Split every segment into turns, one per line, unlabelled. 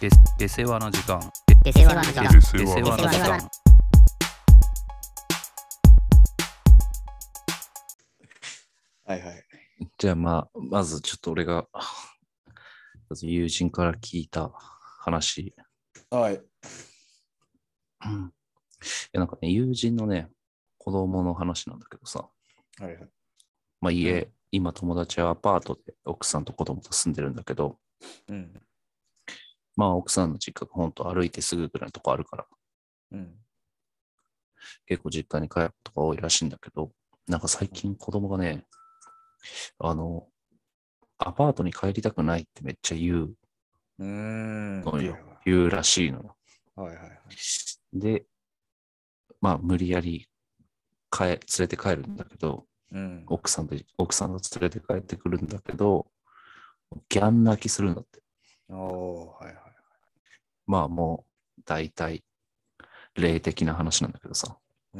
で出世話の時間
出世話の時間
で
出
世
世
話
話の時間
はいはい。
じゃあまあ、まずちょっと俺が、まず友人から聞いた話。
はい。
うんいやなんかね、友人のね、子供の話なんだけどさ、
はいはい。
まあ家、
うん
今友達はアパートで奥さんと子供と住んでるんだけど、
うん。
まあ奥さんの実家がほんと歩いてすぐぐらいのとこあるから、
うん。
結構実家に帰ることが多いらしいんだけど、なんか最近子供がね、あの、アパートに帰りたくないってめっちゃ言う
うーん。
の
はい
よ。言うらしいのよ。
はいはい。
で、まあ無理やり帰連れて帰るんだけど、
うん。
奥さんと奥さんと連れて帰ってくるんだけど、ギャン泣きするんだって。
おーはいはい。
まあもう大体霊的な話なんだけどさ。
お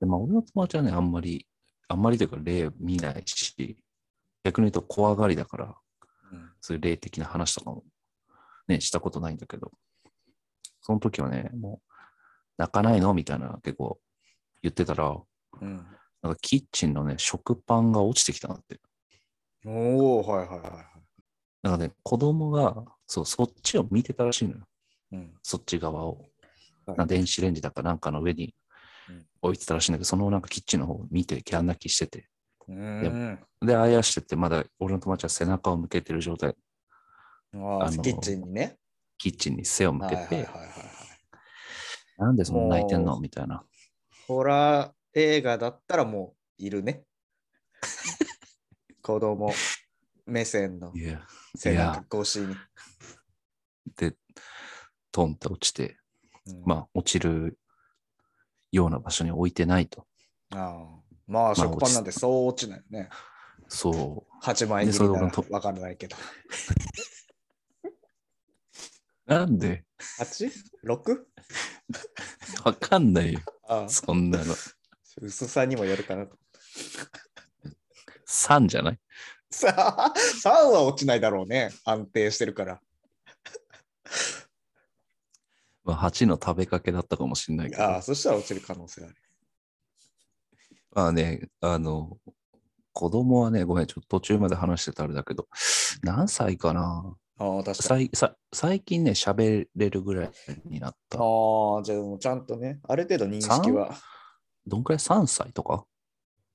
でまあ、俺の友達はね、あんまり、あんまりというか、霊見ないし、逆に言うと怖がりだから、
ー
そういう霊的な話とかも、ね、したことないんだけど、その時はね、もう、泣かないのみたいな、結構言ってたら、
うん。
なんかキッチンのね、食パンが落ちてきたなって。
うん。おーはいはいは
なんかね、子供が、そう、そっちを見てたらしいのよ。
い。うん。
そっち側を。
はい
な電子レンジだかなんかの上に
うん
置いてたらしいんだけど、そのなんかキッチンの方を見て、ギャン泣きしてて。
うーん。
で、あやしてて、まだ俺の友達は背中を向けてる状態、
あ
あ
ー
の
キッチンにね。
キッチンに背を向
はい
け
はいはい
て、
はい。
なんでそんな泣いてん
も
の
う
みたいな。
ホラー映画だったらもういる ね。子供目線の
いや、
背中越しに。
で、トンって落ちて、
うん
まあ、落ちるような場所に置いてないと。
あーまあ、食パンなんてそう落ちないよね。
そう。
8枚
で
切
それ
り
を
なら
と
分からないけど。
なんで
8?6?
わかんないよ。
ああ
そんなの。
薄さにもよるかなと。
3じゃない
さあ、3は落ちないだろうね。安定してるから。
まあ、8の食べかけだったかもしれないけど。
ああ、そしたら落ちる可能性ある。
まあね、あの、子供はね、ごめん、ちょっと途中まで話してたあれだけど、何歳かな
ああ、確かに。
さいさ最近ね、喋れるぐらいになった。
ああ、じゃあもうちゃんとね、ある程度認識は、
どんくらい ?3 歳とか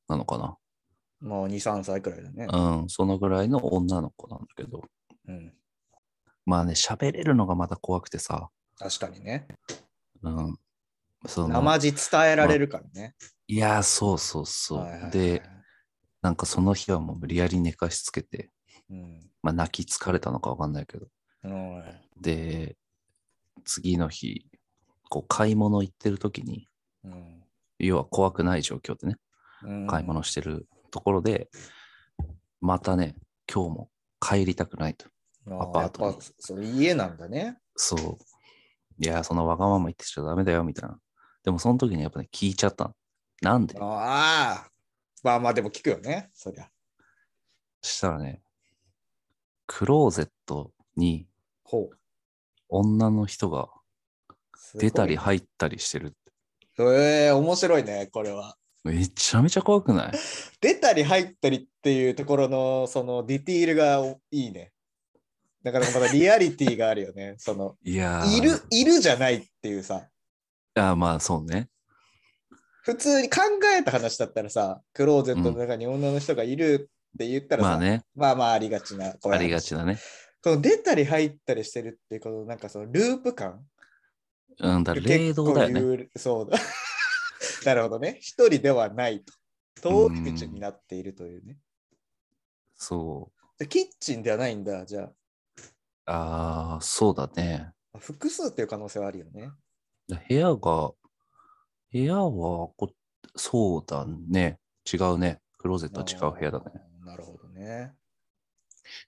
なのかな、
もう2、3歳くらいだね。
うん、そのぐらいの女の子なんだけど。
うん、
まあね、喋れるのがまた怖くてさ。
確かにね。
うん。その
生地伝えられるからね。
いやー、そうそうそう。
はいはいはい
で、、なんかその日はもう無理やり寝かしつけて、
うん。
まあ泣き疲れたのかわかんないけど。
おい
で、次の日、こう買い物行ってる時に、
うん
要は怖くない状況でね、
うん
買い物してるところで、またね、今日も帰りたくないと。
あ
アパート
やっぱそう家なんだね。
そう。いや、そのわがまま言ってちゃダメだよ、みたいな。でも、その時にやっぱね、聞いちゃったの。なんで
ああ。まあまあでも聞くよね。そりゃ。
したらね、クローゼットに
ほう。
女の人が
すごい
出たり入ったりしてる。
ええ面白いね、これは。
めちゃめちゃ怖くない
出たり入ったりっていうところのそのディティールがいいね。だからまたリアリティがあるよ ね。その
いやー
いるいるじゃないっていうさ。
あーまあ、そうね。
普通に考えた話だったらさ、クローゼットの中に女の人がいるって言ったらさ、
まあね、
まあまあありがちな。こういう
あ
話
りがちだね。
その出たり入ったりしてるっていうこのなんかそのループ感
うんだ、霊道だよね。
ね。そうだ。 なるほどね。一人ではないと。遠い道になっているというね。
そう。
でキッチンではないんだ、じゃあ。
ああ、そうだね。
あ複数っていう可能性はあるよね。
部屋が、部屋はこ、そうだね。違うね。クローゼットは違う部屋だね。
あー。なるほどね。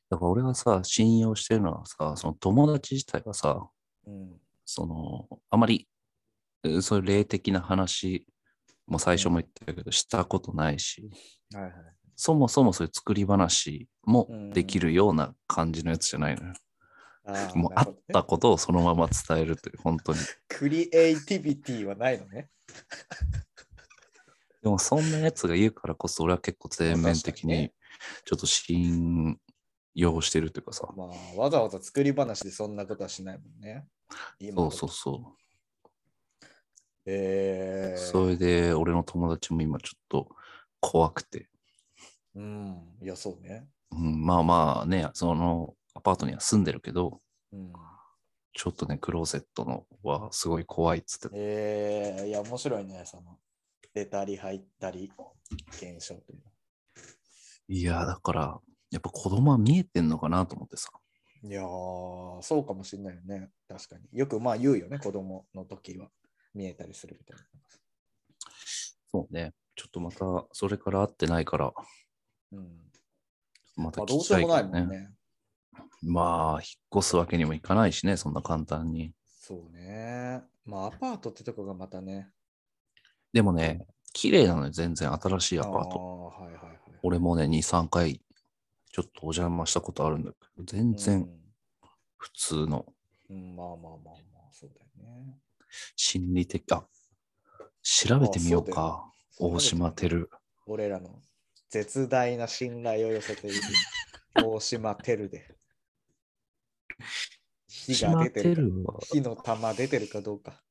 だから俺がさ、信用してるのはさ、その友達自体がさ、
うん。
その、あまり、えーそういう霊的な話も最初も言ったけど、したことないし、
はいはい。
そもそもそういう作り話も
うん
できるような感じのやつじゃないのよ。
あ
もうあっ
ね
たことをそのまま伝えるという、本当に。
クリエイティビティはないのね。
でもそんなやつが言うからこそ、俺は結構全
まあ
面的
確かに
に
ね、
ちょっと信用してるというかさ。
まあ、わざわざ作り話でそんなことはしないもんね。今
そ
の
うそうそ
え
う。
ー、
それで、俺の友達も今ちょっと怖くて。
うん、いや、そうね。
うん、まあまあね、そのアパートには住んでるけど、
うん、
ちょっとね、クローゼットのはすごい怖いっつってた
えー、いや、面白いね、その、出たり入ったり現象という
いや、だから、やっぱ子供は見えてんのかなと思ってさ。
のいやー、そうかもしれないよね。確かに。よくまあ言うよね、子供の時は。見えたりするみたいな。
そうね。ちょっとまた、それから会ってないから、
うん。
また
まあ、
聞
どう
き
しよ
た
う
いけ
もないも
ど
ん
ね。
ね。
まあ、引っ越すわけにもいかないしね、そんな簡単に。
そうね。まあ、アパートってとこがまたね。
でもね、綺麗なのよ、全然新しいアパート。
ト。はいはいはい。
俺もね、2、3回、ちょっとお邪魔したことあるんだけど、全然普通の
うん、うんまあまあまあまあ、そうだよね。
心理的、あ、調べてみようか。大島
てる
照。
俺らの絶大な信頼を寄せている大島テルで。火が
島
出てるか。
照は、
火の玉出てるかどうか。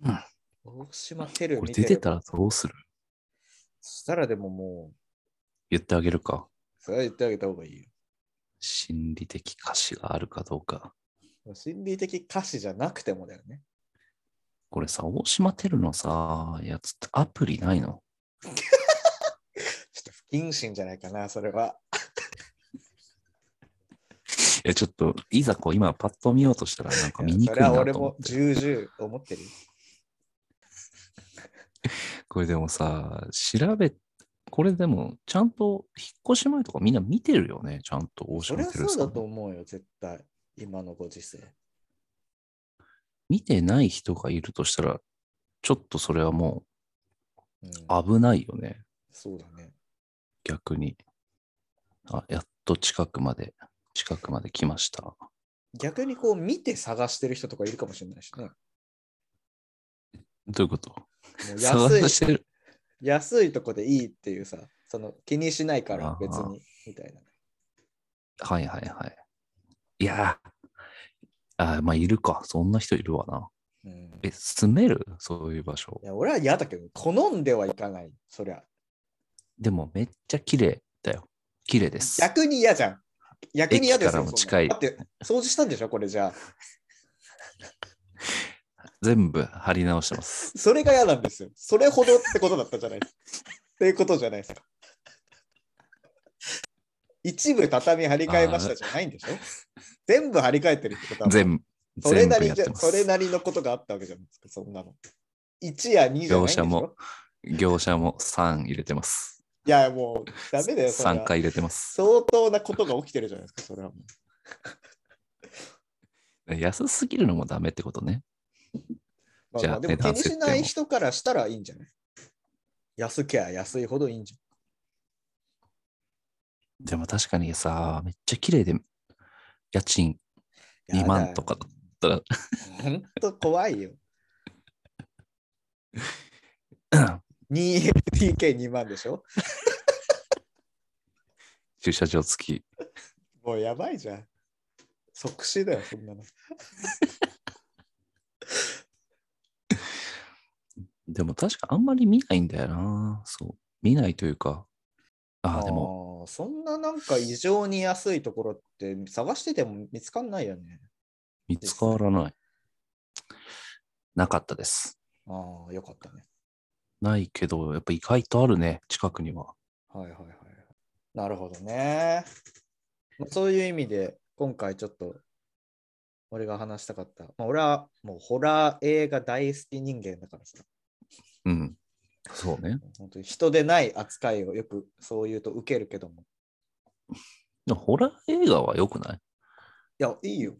うん
大島テル
これ
見
出
て
て
る
たらどうする
そしたらでももう、
言ってあげるか。
それは言ってあげた方がいい
心理的歌詞があるかどうか。
よ。心理的歌詞じゃなくてもだよね。
これさ、大島テルのさ、やつってアプリないの
ちょっと不謹慎じゃないかな、それは。
え、ちょっと、いざこう今パッと見ようとしたらなんか見に
そ
くい
れは
な
俺
と思っ
も
て。
重々思ってるよ。
これでもさ、調べ、これでもちゃんと引っ越し前とかみんな見てるよね、ちゃんと大
そ
島
れは
テル
そう
さ
だ
ん
と。思うよ、絶対。今のご時世。
見てない人がいるとしたら、ちょっとそれはも
うん、
う危ないよね、
そうだね。
逆に。あ、やっと近くまで、近くまで来ました。
逆にこう見て探してる人とかいるかもしれないしね。も
どういうこと
う
探
安
し
い
てる。
安いとこでいいっていうさ、その気にしないから
あー
別にみたいな。
はいはいはい。いやーあーまあいるか。そんな人いるわな。
うん、
え、住めるそういう場所
い。や俺は嫌だけど、好んではいかない。そりゃ。
でもめっちゃ綺麗だよ。綺麗です。
逆に嫌じゃん。逆に嫌ですよ。
駅からも近い
そんなだって掃除したんでしょ、これじゃあ。
全部貼り直してます。
それが嫌なんですよ。それほどってことだったじゃないですか。っていうことじゃないですか。一部畳張り替えましたじゃないんでしょ全部張り替えてるってことはもう
全部。
それ
全
な
部
り
やっ
じゃ
てま
それ
す。
なりのことがあったわけじゃないですか、そんなの。1や2じゃないん
業
でし
者
ょ
も。、業者も3入れてます。
いや、もうダメだよ、それ
3
は。
回入れてます。
相当なことが起きてるじゃないですか、それはもう。
安すぎるのもダメってことね。
まあ、
じゃあ
まあでも
値
気
段
にしな
設定
い
も
人からしたらいいんじゃない安けゃ安いほどいいんじ
でも確かにさ、めっちゃ綺麗で、家賃
ゃん。
2万とかだったら
本当怖いよ。2LDK2 万でしょ
駐車場付き。
もうやばいじゃん。即死だよ、そんなの。
でも確かあんまり見ないんだよな。そう。見ないというか。ああ、でも、
あーそんななんか異常に安いところって探してても見つかんないよね。
見つからない。なかったです。
ああ、よかったね。
ないけど、やっぱ意外とあるね、近くには。
はいはいはい。なるほどね。まあそういう意味で、今回ちょっと、俺が話したかった。まあ、俺はもうホラー映画大好き人間だからさ、
うん。そうね。
本当に人でない扱いをよくそう言うと受けるけども。
でもホラー映画は良くない
いや、いいよ。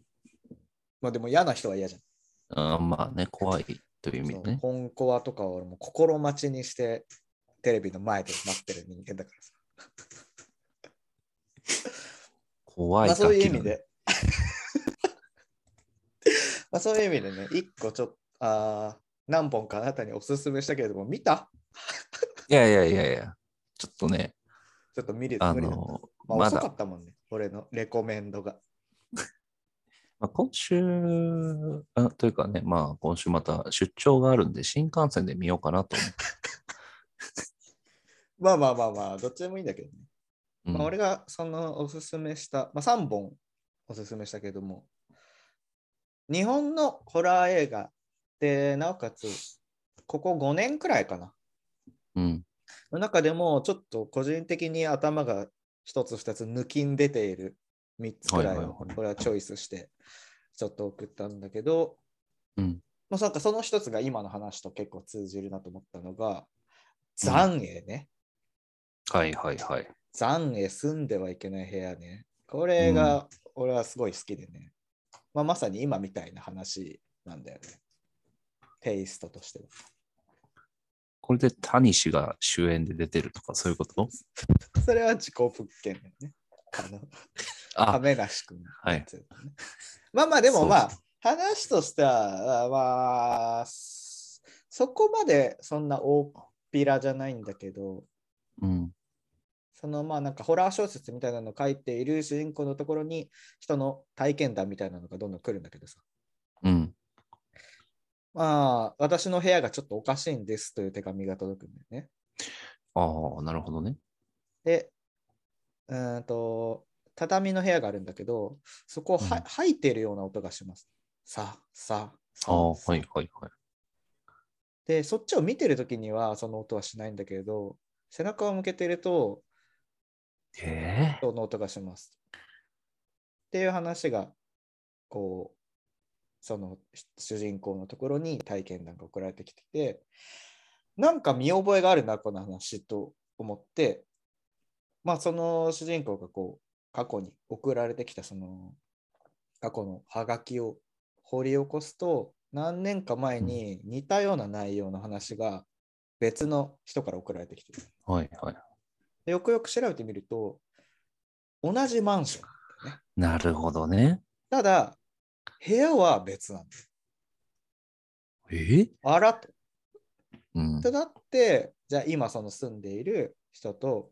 まあでも嫌な人は嫌じゃん。
あーまあね、怖いという意味
そ
で
う
ね。
本コアとかは俺も心待ちにしてテレビの前で待ってる人間だからさ。
怖い
まあ、
ガキ
そ
だ
う
ね
いう意味で。 まあそういう意味でね、一個ちょっと、あー何本かあなたにおすすめしたけれども、見た
いやいやいやいや、ちょっとね、
ちょっと見れ
あ
無理だった
の、
まあ、
ま
遅
だ
かったもんね、俺のレコメンドが。
まあ、今週あ、というかね、まあ今週また出張があるんで、新幹線で見ようかなと思って。
まあまあまあまあ、どっちでもいいんだけどね。
うん
まあ、俺がそのおすすめした、まあ、3本おすすめしたけども、日本のホラー映画で、なおかつ、ここ5年くらいかな、
うん。
の中でも、ちょっと個人的に頭が1つ2つ抜きん出ている3つくらい
はい
を、
はいはい
これはチョイスして、ちょっと送ったんだけど、
うん。
まあ、そうかその1つが今の話と結構通じるなと思ったのが、残影ね。
はいはいはい。
残影住んではいけない部屋ね。これが俺はすごい好きでね。まあ、まさに今みたいな話なんだよね。テイストとしては。
これで谷氏が主演で出てるとか、そういうこと
それは自己物件だよね。あの、
あ、
亀梨君の
はい
やつだね、まあまあでもま
そう
あ、話としては、あまあ、そそこまでそんな大っぴらじゃないんだけど、
うん。
そのまあなんかホラー小説みたいなのを書いている主人公のところに人の体験談みたいなのがどんどん来るんだけどさ。
うん。
まあ、私の部屋がちょっとおかしいんですという手紙が届くんだよね。
ああ、なるほどね。
で、うーんと、畳の部屋があるんだけど、そこをは、
うん
吐いてるような音がします。さあ、さあ、さ
ああ、
さ
はいはいはい。
で、そっちを見てるときにはその音はしないんだけれど、背中を向けてると、
ええ
その音がします。っていう話が、こう、そのし主人公のところに体験談が送られてきてて、なんか見覚えがあるな、この話と思って、まあ、その主人公がこう、過去に送られてきた、その、過去のハガキを掘り起こすと、何年か前に似たような内容の話が別の人から送られてきてる。
はいはい。
でよくよく調べてみると、同じマンション。
なるほどね。
ただ、部屋は別なんです。
ええ
あらと。
うん
と。なって、じゃあ今その住んでいる人と、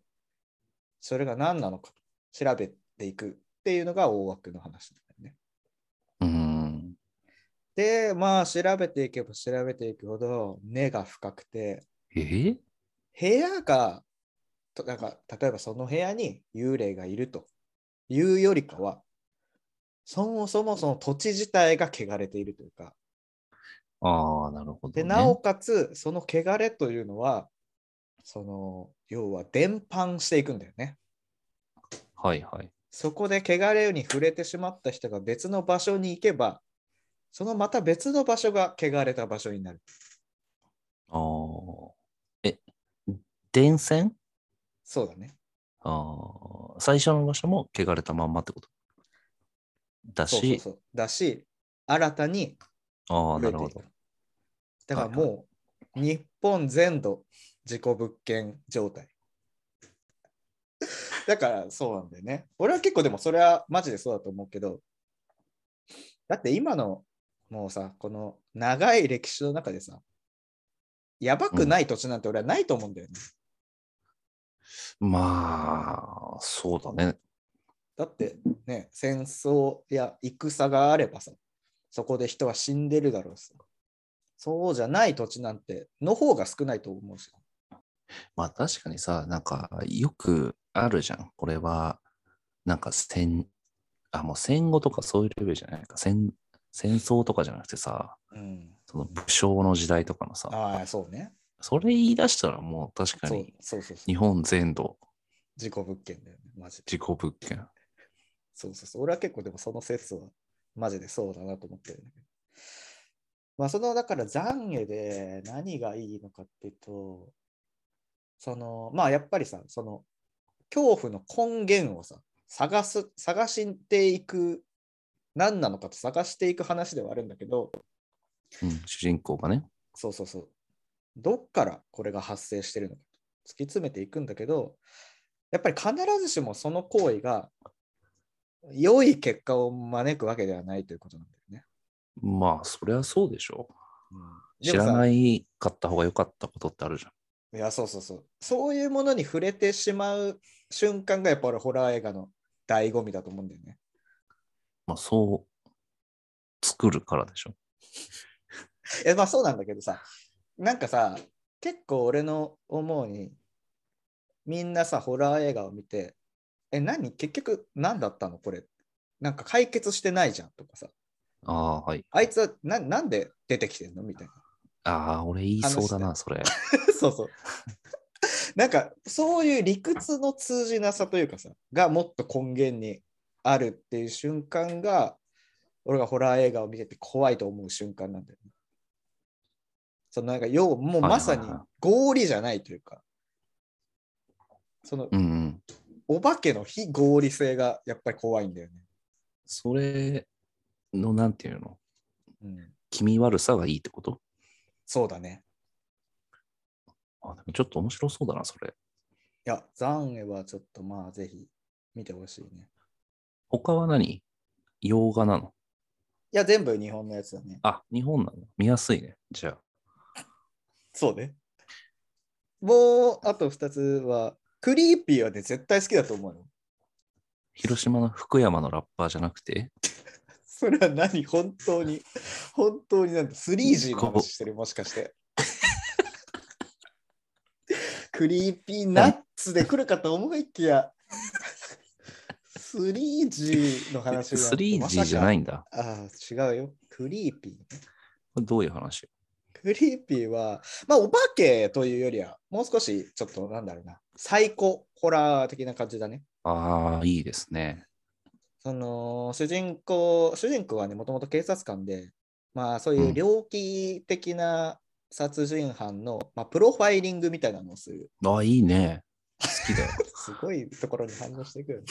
それが何なのか調べていくっていうのが大枠の話なんだよね。
うん。
で、まあ調べていけば調べていくほど根が深くて、
ええ
部屋が、となんか例えばその部屋に幽霊がいるというよりかは、そもそもその土地自体が汚れているというか、
ああ、なるほど、
で、
ね。
なおかつ、その汚れというのは、その、要は伝播していくんだよね。
はいはい。
そこで汚れに触れてしまった人が別の場所に行けば、そのまた別の場所が汚れた場所になる。
ああ。え、電線
そうだね。
ああ。最初の場所も汚れたまんまってことだ
そう
し、
そうそう。だし、新たに
ああ、
増
な
えて
るほ
い
ど
く。。だから
はいはい
もう、日本全土、自己物件状態。 だからそうなんだよね。俺は結構でもそれはマジでそうだと思うけど、だって今のもうさ、この長い歴史の中でさ、やばくない土地なんて俺はないと思うんだよね。
まあ、そうだね。
だってね、戦争や戦があればさ、そこで人は死んでるだろうしさ。そうじゃない土地なんて、の方が少ないと思うし。
まあ確かにさ、なんかよくあるじゃん。これは、なんか戦、あ、もう戦後とかそういうレベルじゃないか。戦、戦争とかじゃなくてさ、
うん。
その武将の時代とかのさ、
ああ、そうね。
それ言い出したらもう確か
そう
に
そうそうそう。
日本全土
自己物件だよね、マジで。
事故物件。
そうそうそう。俺は結構でもその説はマジでそうだなと思ってるんだけど。まあそのだから懺悔で何がいいのかっていうと、そのまあやっぱりさ、その恐怖の根源をさ、探す、探していく、何なのかと探していく話ではあるんだけど、
うん、主人公がね。
そうそうそう。どっからこれが発生してるのか。突き詰めていくんだけど、やっぱり必ずしもその行為が良い結果を招くわけではないということなんだよね。
まあ、そりゃそうでしょう。
で
知
もさ
らないかった方が良かったことってあるじゃん。
いや、そうそうそう。そういうものに触れてしまう瞬間がやっぱ俺ホラー映画の醍醐味だと思うんだよね。
まあ、そう作るからでしょ。
え、まあそうなんだけどさ、なんかさ、結構俺の思うに、みんなさ、ホラー映画を見て、え、何結局何だったのこれ。なんか解決してないじゃんとかさ、
ああ、はい。
あいつはななんで出てきてんのみたいな。
ああ、俺言いそうだな、それ。
そうそう。なんかそういう理屈の通じなさというかさがもっと根源にあるっていう瞬間が俺がホラー映画を見てて怖いと思う瞬間なんだよね。そのなんか要はもうまさに
はいはいは
合理じゃないというかその
うんうん。
お化けの非合理性がやっぱり怖いんだよね。
それの、なんていうの
うん、
気味悪さがいいってこと
そうだね。
あでもちょっと面白そうだな、それ。
いや、残影はちょっとまあぜひ見てほしいね。
他は何洋画なの
いや、全部日本のやつだね。
あ、日本なの見やすいね。じゃあ。
そうね。もう、あと2つは、クリーピーはね、絶対好きだと思うよ。
広島の福山のラッパーじゃなくて、
それは何本当 に、本当になんだ、スリージーの話してる、もしかして。 クリーピーナッツで来るかと思いきや、スリージーの話。
スリー G じゃないいんだ。
ああ、違うよ。クリーピーね。
これどういう話
クリーピーは、まあ、お化けというよりは、もう少し、ちょっと、なんだろうな、最高ホラー的な感じだね。
ああ、いいですね。
その主人公、主人公はね、もともと警察官で、まあそういう猟奇的な殺人犯の、まあ、プロファイリングみたいなのをする。
ああ、いいね。好きだよ。
すごいところに反応していくよね。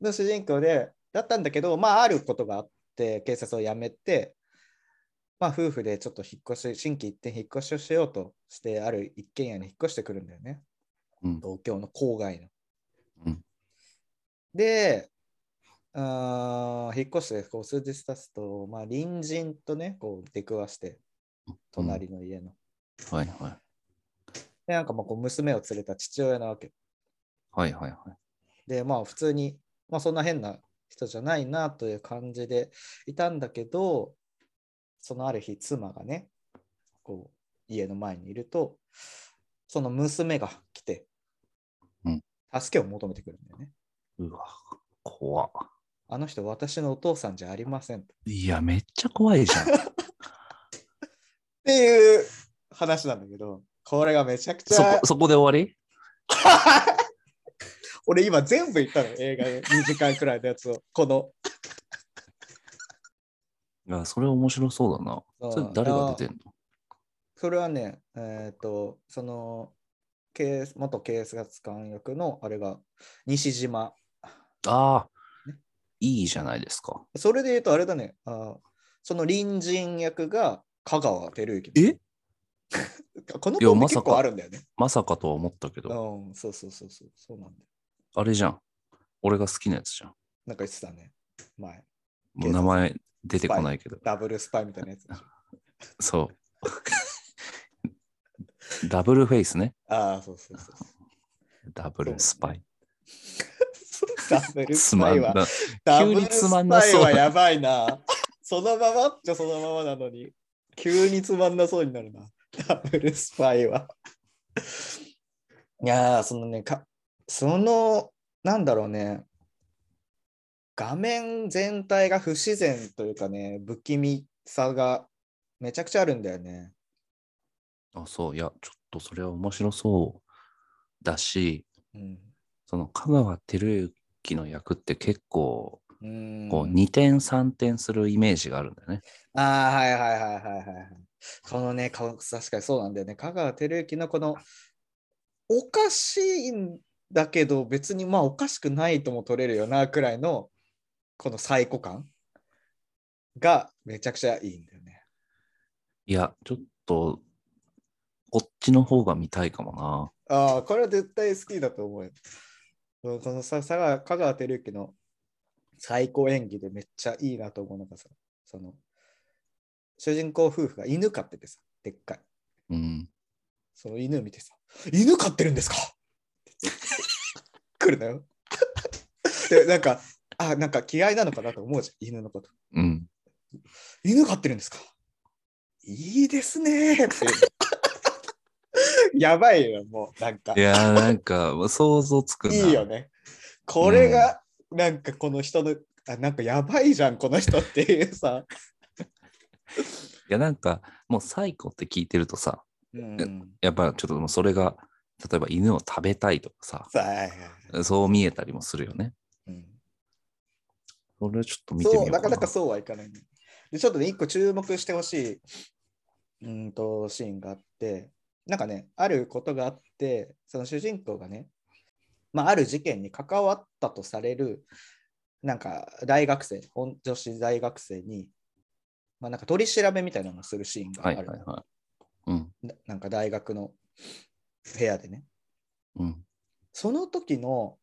の主人公で、だったんだけど、まああることがあって、警察を辞めて、まあ夫婦でちょっと引っ越し、新規一転引っ越しをしようとして、ある一軒家に引っ越してくるんだよね。
うん。
東京の郊外の。
うん
で、あー引っ越してこう数日経つと、まあ、隣人とね、こう出くわして、隣の家の。
うんはいはい。
で、なんかまあこう娘を連れた父親なわけ。
はいはいはい。
で、まあ普通に、まあそんな変な人じゃないなという感じでいたんだけど、そのある日、妻がね、こう家の前にいると、その娘が来て
うん、
助けを求めてくるんだよね。
うわ、怖っ
あの人、私のお父さんじゃありません。っ
いや、めっちゃ怖いじゃ ん。
ていう話なんだけど、これがめちゃくち
そ
ゃ
こ、、そこで終わり
俺今全部言ったの、映画で2時間くらいのやつを、この。
いや、それ面白そうだな。
そう
それ誰が出てんの
それはね、えっ、と、その、警元警察官役のあれが西島。
ああ
ね、
いいじゃないですか。
それで言うとあれだね、あーその隣人役が香川照之。
え
この
いや
コンビ
ま
結
さか
構あるんだよね。
まさかとは思ったけど、
うん、そうそうそうそう、そうなんだよ。
あれじゃん。俺が好きなやつじゃん。
なんか言ってたね、前。
もう名前出てこないけど。
ダブルスパイみたいなやつ。
そう。 ダブルフェイスね。
ああ、そうそうそう そう。
ダブルスパイ。
ダブルス
つ
パ
ま
イ
ん
は、
だ。
ダブ
急
ル
に
ス
つまんな
パイ
そう
はやばいな。そのままっちゃそのままなのに、急につまんなそうになるな。ダブルスパイは。いやー、そのね、かその、なんだろうね、画面全体が不自然というかね、不気味さがめちゃくちゃあるんだよね。
あ、そう。いや、ちょっとそれは面白そうだし、
うん。
その香川照之の役って結構、
うーん
こう、2点3点するイメージがあるんだよね。
ああ、はいはいはいはいはいはい。このね、か確かにそうなんだよね。香川照之のこの、おかしいんだけど、別にまあおかしくないとも取れるよな、くらいの、このサイコ感がめちゃくちゃいいんだよね。
いや、ちょっと、こっちの方が見たいかもな。
ああ、これは絶対好きだと思うよ。うんこのさ佐賀香川照之の最高演技でめっちゃいいなと思うのがさ、その主人公夫婦が犬飼っててさ、でっかい。
うん。
その犬見てさ、犬飼ってるんですかって言って来るのよ。で、なんか、あ、なんか嫌いなのかなと思うじゃん、犬のこと。
うん。
犬飼ってるんですかいいですねーって。やばいよ、もう、なんか
い。やー、なんか、 想像つくな。
いいよね。これが、なんかこの人の、あ、なんかやばいじゃん、この人っていうさ。
いや、なんか、もうサイコって聞いてるとさ、
うん。
やっぱちょっともうそれが、例えば犬を食べたいとか
さあはいはい
さ、そう見えたりもするよね。
うん
それはちょっと見てみよ
そうう、
かな。
なかなかそうはいかない、ね。で、ちょっとね、一個注目してほしい、うんと、シーンがあって、なんかね、あることがあって、その主人公がね、まあ、ある事件に関わったとされる、なんか、大学生、本女子大学生に、まあ、なんか取り調べみたいなのをするシーンがあ
はい
る。
はいはい。うん。
ななんか大学の部屋でね。
うん。
その時の、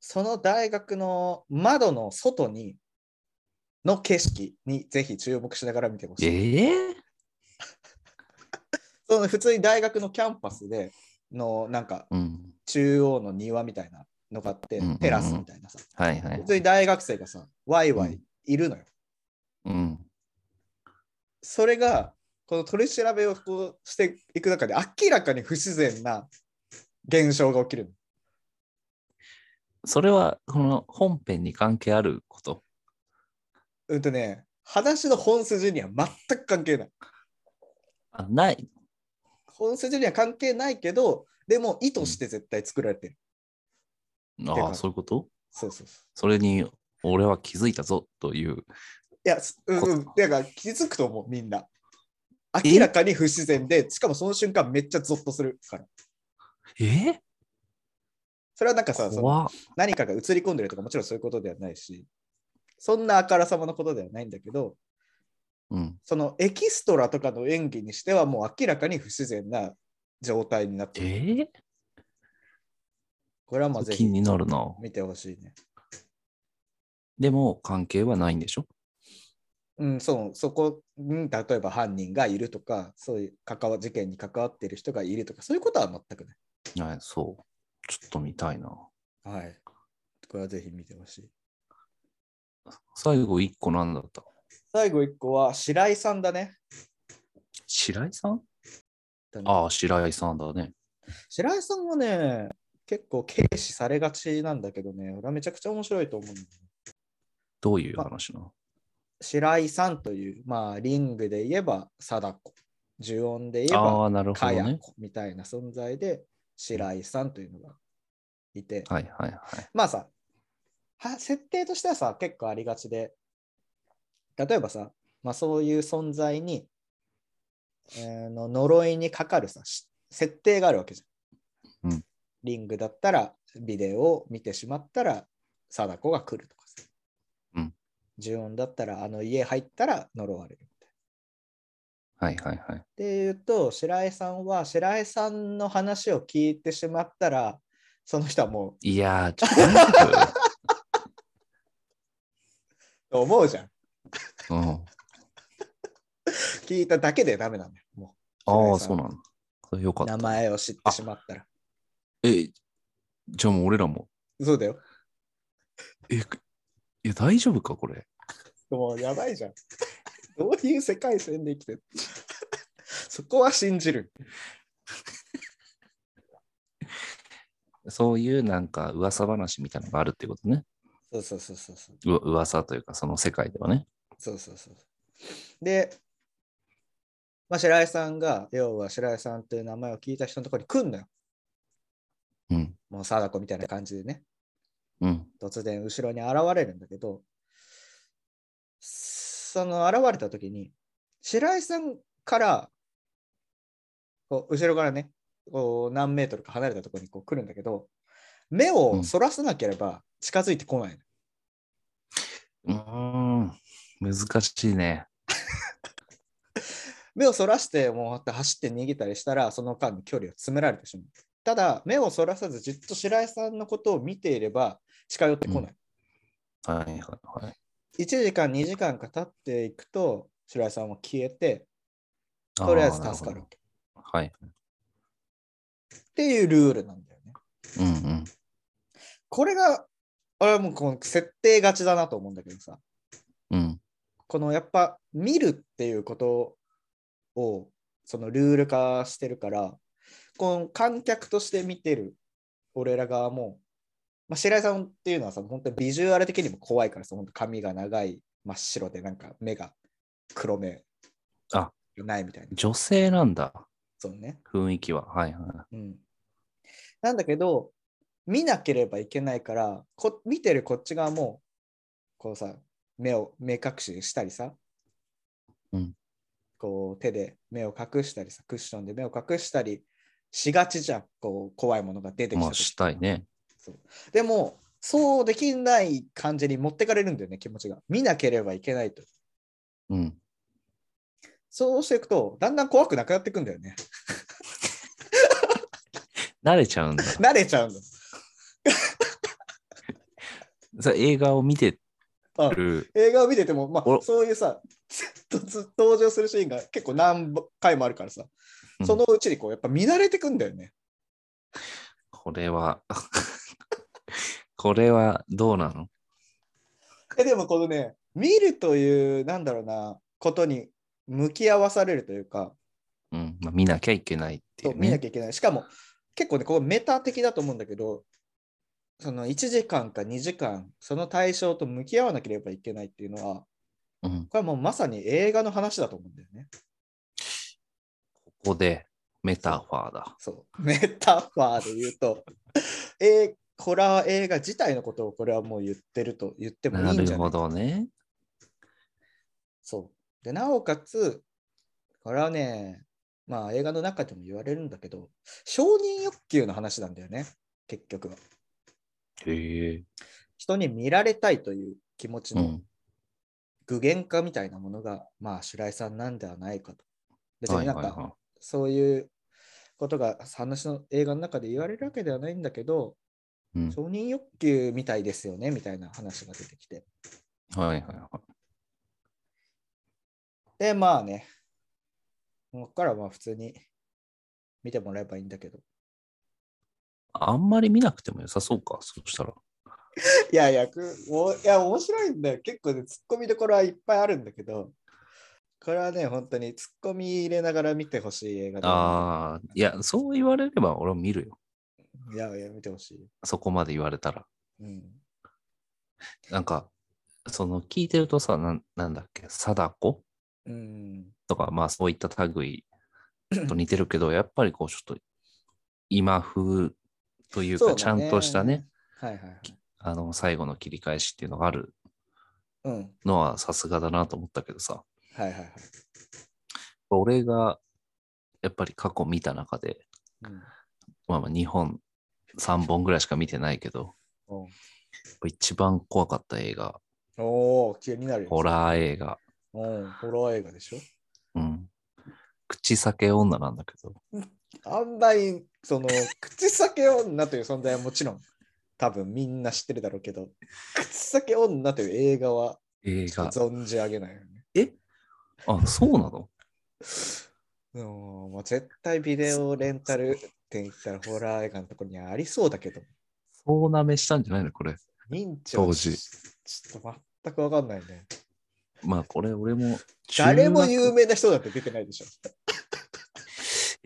その大学の窓の外に、の景色にぜひ注目しながら見てほしい。
ええ
その普通に大学のキャンパスでのなんか
うん。
中央の庭みたいなのがあって
うんうんうん、
テラスみたいなさ。
はいはい
普。通に大学生がさ、ワイワ
う
イいるのよ。
うん。
それが、この取り調べをこうしていく中で明らかに不自然な現象が起きるの。
それは、この本編に関係あること。
うんとね、話の本筋には全く関係ない。
あ、ない。
本筋には関係ないけど、でも意図して絶対作られてる。て
ああ、
か
そういうこと
そうそうそ
それに、俺は気づいたぞという。
う。いや、すうん
こ
うん、だから気づくと思う、みんな。明らかに不自然で、しかもその瞬間めっちゃゾッとするから。
え
それはなんかさ、その
怖っ
何かが映り込んでるとかもちろんそういうことではないし、そんなあからさまのことではないんだけど、
うん。
そのエキストラとかの演技にしてはもう明らかに不自然な状態になって
え
る。
ー
これはまあぜ
気
ひ
になるな。
見てほしいね。
でも、関係はないんでしょ
うん、そうそこに例えば犯人がいるとか、そういう関わ事件に関わっている人がいるとか、そういうことは全くない。
はい、そう。ちょっと見たいな。
はい。これはぜひ見てほしい。
最後一個なんだった
最後一個は白井さんだね。
白井さんああ、白井さんだね。
白井さんはね、結構軽視されがちなんだけどね、俺はめちゃくちゃ面白いと思うんだよね
どういう話なの
白井さんという、まあ、リングで言えば貞子、呪音で言えば
ああー、なるほ
か
ど
や
ね。
子みたいな存在で白井さんというのがいて、
はいはいはい。
まあさは設定としてはさ結構ありがちで例えばさ、まあ、そういう存在に、えーの呪いにかかるさし設定があるわけじゃん、
うん
リングだったらビデオを見てしまったら貞子が来るとかさ、
うん
呪音だったらあの家入ったら呪われるみたいな
はいはいはい。
で言うと白井さんは白井さんの話を聞いてしまったらその人はも
いやー、ちょっとなんか
うと思うじゃん
うん。
聞いただけでダメなんだよも
あ
白
あ、
井さん
そうなんだ。それよか
う
っ
名
た。
前を知ってしまったら
え、じゃあもう俺らも。
そうだよ
え、くいや、大丈夫か、これ。
もうやばいじゃんどういう世界線で生きてる そこは信じる
そういうなんか噂話みたいなのがあるっていうことね。
そうそうそうそうそう
う噂というか、その世界ではね。
そうそうそうで、まあ、白井さんが要は白井さんという名前を聞いた人のところに来んのよ
うん。
もう貞子みたいな感じでね
うん。
突然後ろに現れるんだけど、その現れた時に、白井さんから、こう後ろからね、こう何メートルか離れたところにこう来るんだけど、目をそらさなければ近づいてこないの。
うーん。難しいね。
目をそらして、もう走って逃げたりしたら、その間に距離を詰められてしまう。ただ、目をそらさずじっと白井さんのことを見ていれば近寄ってこない。
はいはいはい。
1時間、2時間か経っていくと、白井さんは消えて、とりあえず助かる。っ
あー。なる
ていうルールなんだよね。
ほどはい。うんうん。
これが、俺はもうこの設定がちだなと思うんだけどさ、
うん。
このやっぱ見るっていうことを、そのルール化してるから、この観客として見てる俺ら側も、まあ、白井さんっていうのはさ、本当にビジュアル的にも怖いからさ、本当髪が長い、真っ白で、なんか目が黒目
あ
ないみたいな。
女性なんだ。
そうね。
雰囲気は。はいはい。
うん、なんだけど見なければいけないからこ見てるこっち側もこうさ目を目隠ししたりさ、
うん
こう手で目を隠したりさクッションで目を隠したりしがちじゃんこう怖いものが出てき
ま
た
あ、
時
したいね。
でもそうできない感じに持ってかれるんだよね気持ちが見なければいけないと
うん。
そうしていくとだんだん怖くなくなっていくんだよね
慣れちゃうんだ。
慣れちゃうんだ
さ映画を見て
うん
る。
映画を見てても、ま
お
あ、そういうさ、ずっとずっと登場するシーンが結構何回もあるからさ
う、ん
そのうちにこう、やっぱ見慣れてくんだよね。
これは、 これはどうなの
えでもこのね、見るという、なんだろうな、ことに向き合わされるというか、
うん。まあ、見なきゃいけないってい
そう
う、ね。
見なきゃいけない。しかも、結構ね、ここメタ的だと思うんだけど、その1時間か2時間、その対象と向き合わなければいけないっていうのは、
うん。
これはもうまさに映画の話だと思うんだよね。
ここでメタファーだ。
そう、 メタファーで言うと、えーホラー映画自体のことをこれはもう言ってると言っても
ない
いんじ
る
ゃな
ほ
い
どね。
そうでなおかつ、これはね、まあ映画の中でも言われるんだけど、承認欲求の話なんだよね、結局は。
へえ。
人に見られたいという気持ち
う
の
ん。
具現化みたいなものが、まあ白井さんなんではないかと。別になんか、
は
そういうことが話の映画の中で言われるわけではないんだけど、
い。うん。
承認欲求みたいですよねみたいな話が出てきて。
はいはいはい。
で、まあね、ここからはまあ普通に見てもらえばいいんだけど。
あんまり見なくても良さそうか。そしたら。
いやいや、くおいや面白いんだよ。結構ね、ツッコミどころはいっぱいあるんだけど、これはね、本当にツッコミ入れながら見てほしい映画だな。
ああ、いや、そう言われれば俺も見るよ。
いやいや、見てほしい。
そこまで言われたら。
うん。
なんか、その聞いてるとさ、なんなんだっけ、貞子
うん。
とか、まあそういった類と似てるけ ど、やっぱりこうちょっと今風という
そう
か、
だね
ちゃんとしたね、。
はいはいはい。
あの、最後の切り返しっていうのがある
うん。
のはさすがだなと思ったけどさ、
はいはいはい。
俺がやっぱり過去見た中で、
うん
まあまあ日本3本ぐらいしか見てないけど、
おう
一番怖かった映画、
おー、気になるよ。
ホラー映画、
うん、ホラー映画でしょ
うん。口裂け女なんだけど、
あんまりその口裂け女という存在はもちろん多分みんな知ってるだろうけど口裂け女という映画は
映
ちょ
画
っ。と存じ上げないよね。
あ、そうなの
うんもう絶対ビデオレンタルって言ったらホラー映画のところにありそうだけど
そうなめしたんじゃないのこれ。
認知は
当時
ちちょっと全く分かんないね。
まあこれ俺も。
誰も有
う。
名な人だって出てないでしょ。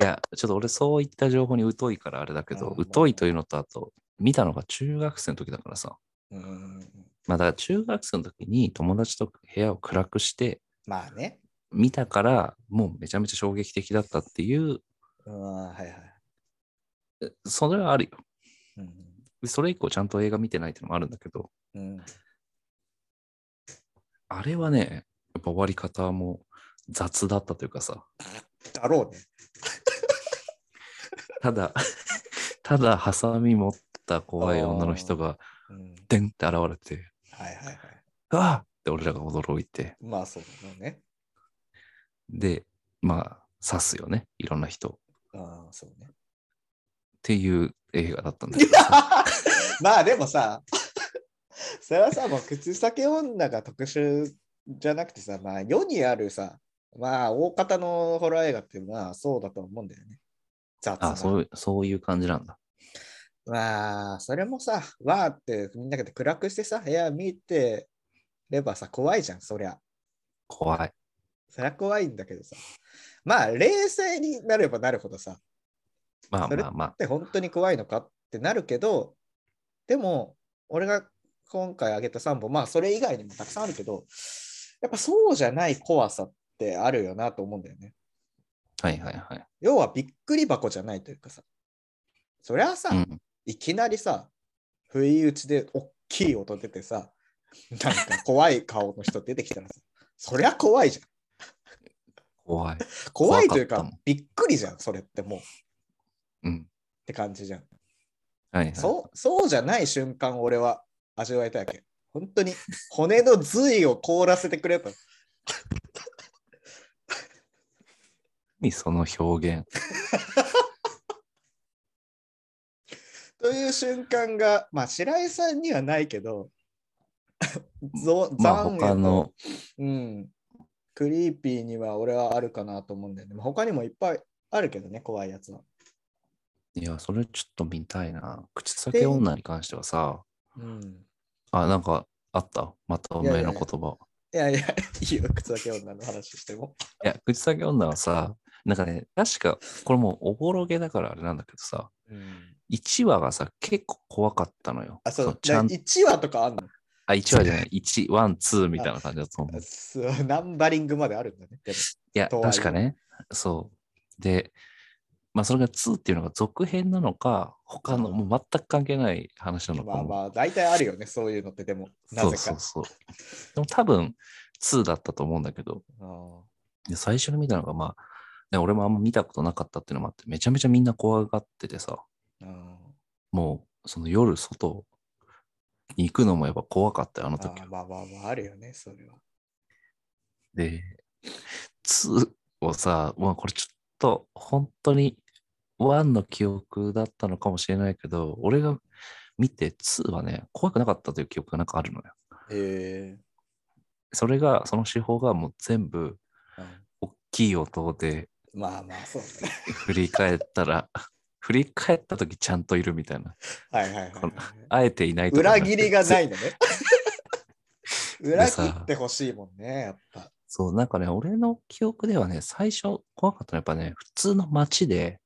いや、ちょっと俺そういった情報に疎いからあれだけど、
うん
疎いというのとあと、見たのが中学生の時だからさ。
うん
まあだから中学生の時に友達と部屋を暗くして、
まあね。
見たからもうめちゃめちゃ衝撃的だったっていう、
うんはいはい。
えそれはあるよ。
うん
それ以降ちゃんと映画見てないってのもあるんだけど、
うん、
あれはね、やっぱ終わり方も雑だったというかさ、
だろうね。
ただ、 ただハサミ持った怖い女の人が
うん、
でんって現れて、
はいはいはい。
ああって俺らが驚いて、
まあそうだろうね。
で、まあ、刺すよね、いろんな人。
ああ、そうね。
っていう映画だったんだけどさ
まあでもさ、それはさ、もう口先女が特殊じゃなくてさ、まあ世にあるさ、まあ大方のホラー映画ってまあそうだと思うんだよね。雑な
あそういう、そういう感じなんだ。
まあ、それもさ、わーってみんなで暗くしてさ、部屋見てればさ、怖いじゃん、そりゃ。
怖い。
そりゃ怖いんだけどさ。まあ、冷静になればなるほどさ、
まあ
それ
まあまあ
っ。て本当に怖いのかってなるけど、でも、俺が今回挙げた3本、まあ、それ以外にもたくさんあるけど、やっぱそうじゃない怖さってあるよなと思うんだよね。
はいはいはい。
要はびっくり箱じゃないというかさ、そりゃさ、
うん、
いきなりさ、不意打ちで大きい音出てさ、なんか怖い顔の人出てきたらさ、そりゃ怖いじゃん。
怖い。
怖いという
怖
か、
かったもん
びっくりじゃん、それってもう。っ
うん。
て感じじゃん。
はいはい。
そうそうじゃない瞬間、俺は味わいたいわけ。本当に骨の髄を凍らせてくれと。
何その表現。
という瞬間が、まあ、白井さんにはないけど、ぞ
まあ
残影と
他の、
うん。クリーピーには俺はあるかなと思うんだよね。まあ他にもいっぱいあるけどね、怖いやつは。
いや、それちょっと見たいな。口先女に関してはさ、
うん。
あ、なんかあった。またお前の言葉。
いやいや、いいよ、靴だけ女の話しても。
いや、口先女はさ、なんかね、確か、これもうおぼろげだからあれなんだけどさ、
うん、
1話がさ、結構怖かったのよ。
あ、そう、
の
だ
ちゃん
1話とかあんの
あ、1話じゃない、1、1、2みたいな感じだと思う。
そうナンバリングまであるんだね。でも
いや、
とはいえ
確かね。そう。で、まあ、それが2っていうのが続編なのか、他の、もう全く関係ない話なのか
まあ
も。
まあ、大体あるよね、そういうのって、でも、な
そう
ぜ
そ
か
う。そう。でも多分、2だったと思うんだけど、で最初に見たのが、まあ、ね、俺もあんま見たことなかったっていうのもあって、めちゃめちゃみんな怖がっててさ、
うんうん
もう、その夜、外に行くのもやっぱ怖かったよ、あの
あ
時は
ー。まあまあまあ、あるよね、それは。
で、2をさ、まあこれちょっと本当に1の記憶だったのかもしれないけど、俺が見て2はね、怖くなかったという記憶がなんかあるのよ。
へえ
それが、その手法がもう全部大きい音で
まあまあ、そうだね。
振り返ったら、 振り返った時ちゃんといるみたいな。
はいはいはいはい、
このあえていないとかじゃな
裏
くて
切りがな
ぜ
いのね。裏切ってほしいもんね、やっぱ。
そう、なんかね、俺の記憶ではね、最初怖かったのはやっぱね、普通の街で、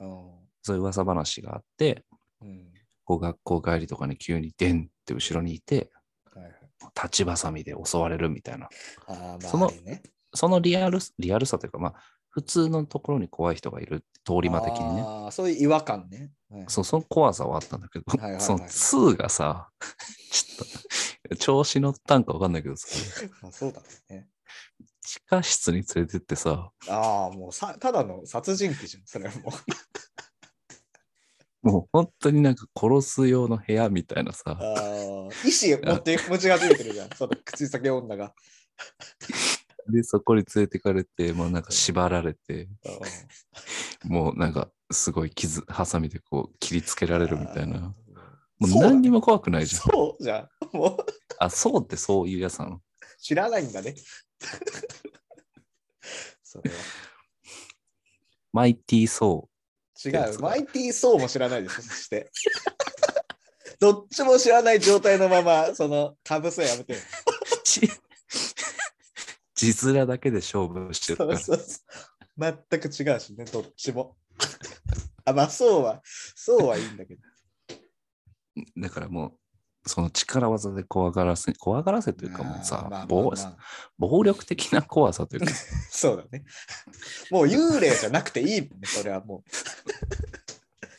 うん
そういう噂話があって、
うん
こう学校帰りとかに急にデンって後ろにいて、
はいはい
立ちばさみで襲われるみたいな。
あーまあ
その
あるね
そのリアル、リアルさというか、まあ、普通のところに怖い人がいる、通り魔的にね。
あーそういう違和感ね。はい
そう、その怖さはあったんだけど、
はいはいはい
その2がさ、 ちょっと、調子乗ったんかわかんないけどさ、
まあ、そうだね。
地下室に連れてってさ、
ああ、もうさただの殺人鬼じゃん、それは もう。
もう本当になんか殺す用の部屋みたいなさ、
ああ、意志持って持ち始めてるじゃん、その口先女が。
で、そこに連れてかれて、もうなんか縛られて、
うん
もうなんかすごい傷、ハサミでこう切りつけられるみたいな。。も
そうだね
う何にも怖くないじゃん。
そうじゃん。もう
あ、そうってそういうやつなの。
知らないんだね。 それ
マイティー・ソ
は違う。マイティー・ソーも知らないでしょ、そして。どっちも知らない状態のまま、その、かぶせやめてよ。
ー。ち 字面だけで勝負してるか
そう
ら。
そうそう。全く違うしね、どっちも。あ、まあ、そうは、そうはいいんだけど。
だからもう、その力技で怖がらせ、怖がらせというかもう
あー
さ、
まあ
暴
まあまあ
暴力的な怖さ というか、
そうだね。もう幽霊じゃなくていいもんね、それはも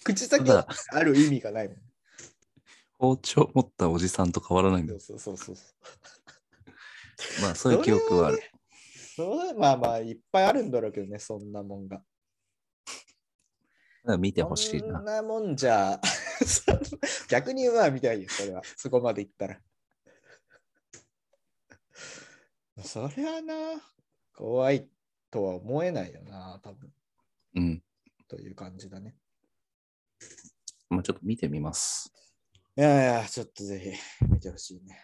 う。口先
ただ
ある意味がないもん。
包丁持ったおじさんと変わらないんだよ。
そうそうそうそう。
まあそういう記憶はある。
そうまあまあ、いっぱいあるんだろうけどね、そんなもんが。
だから見てほしい
そん
な。
なもんじゃ、 そんな逆にまあ見たいよ、それは。そこまでいったら。それはな、怖いとは思えないよな、多分
うん。
という感じだね。
まあ、ちょっと見てみます。
いやいや、ちょっとぜひ見てほしいね。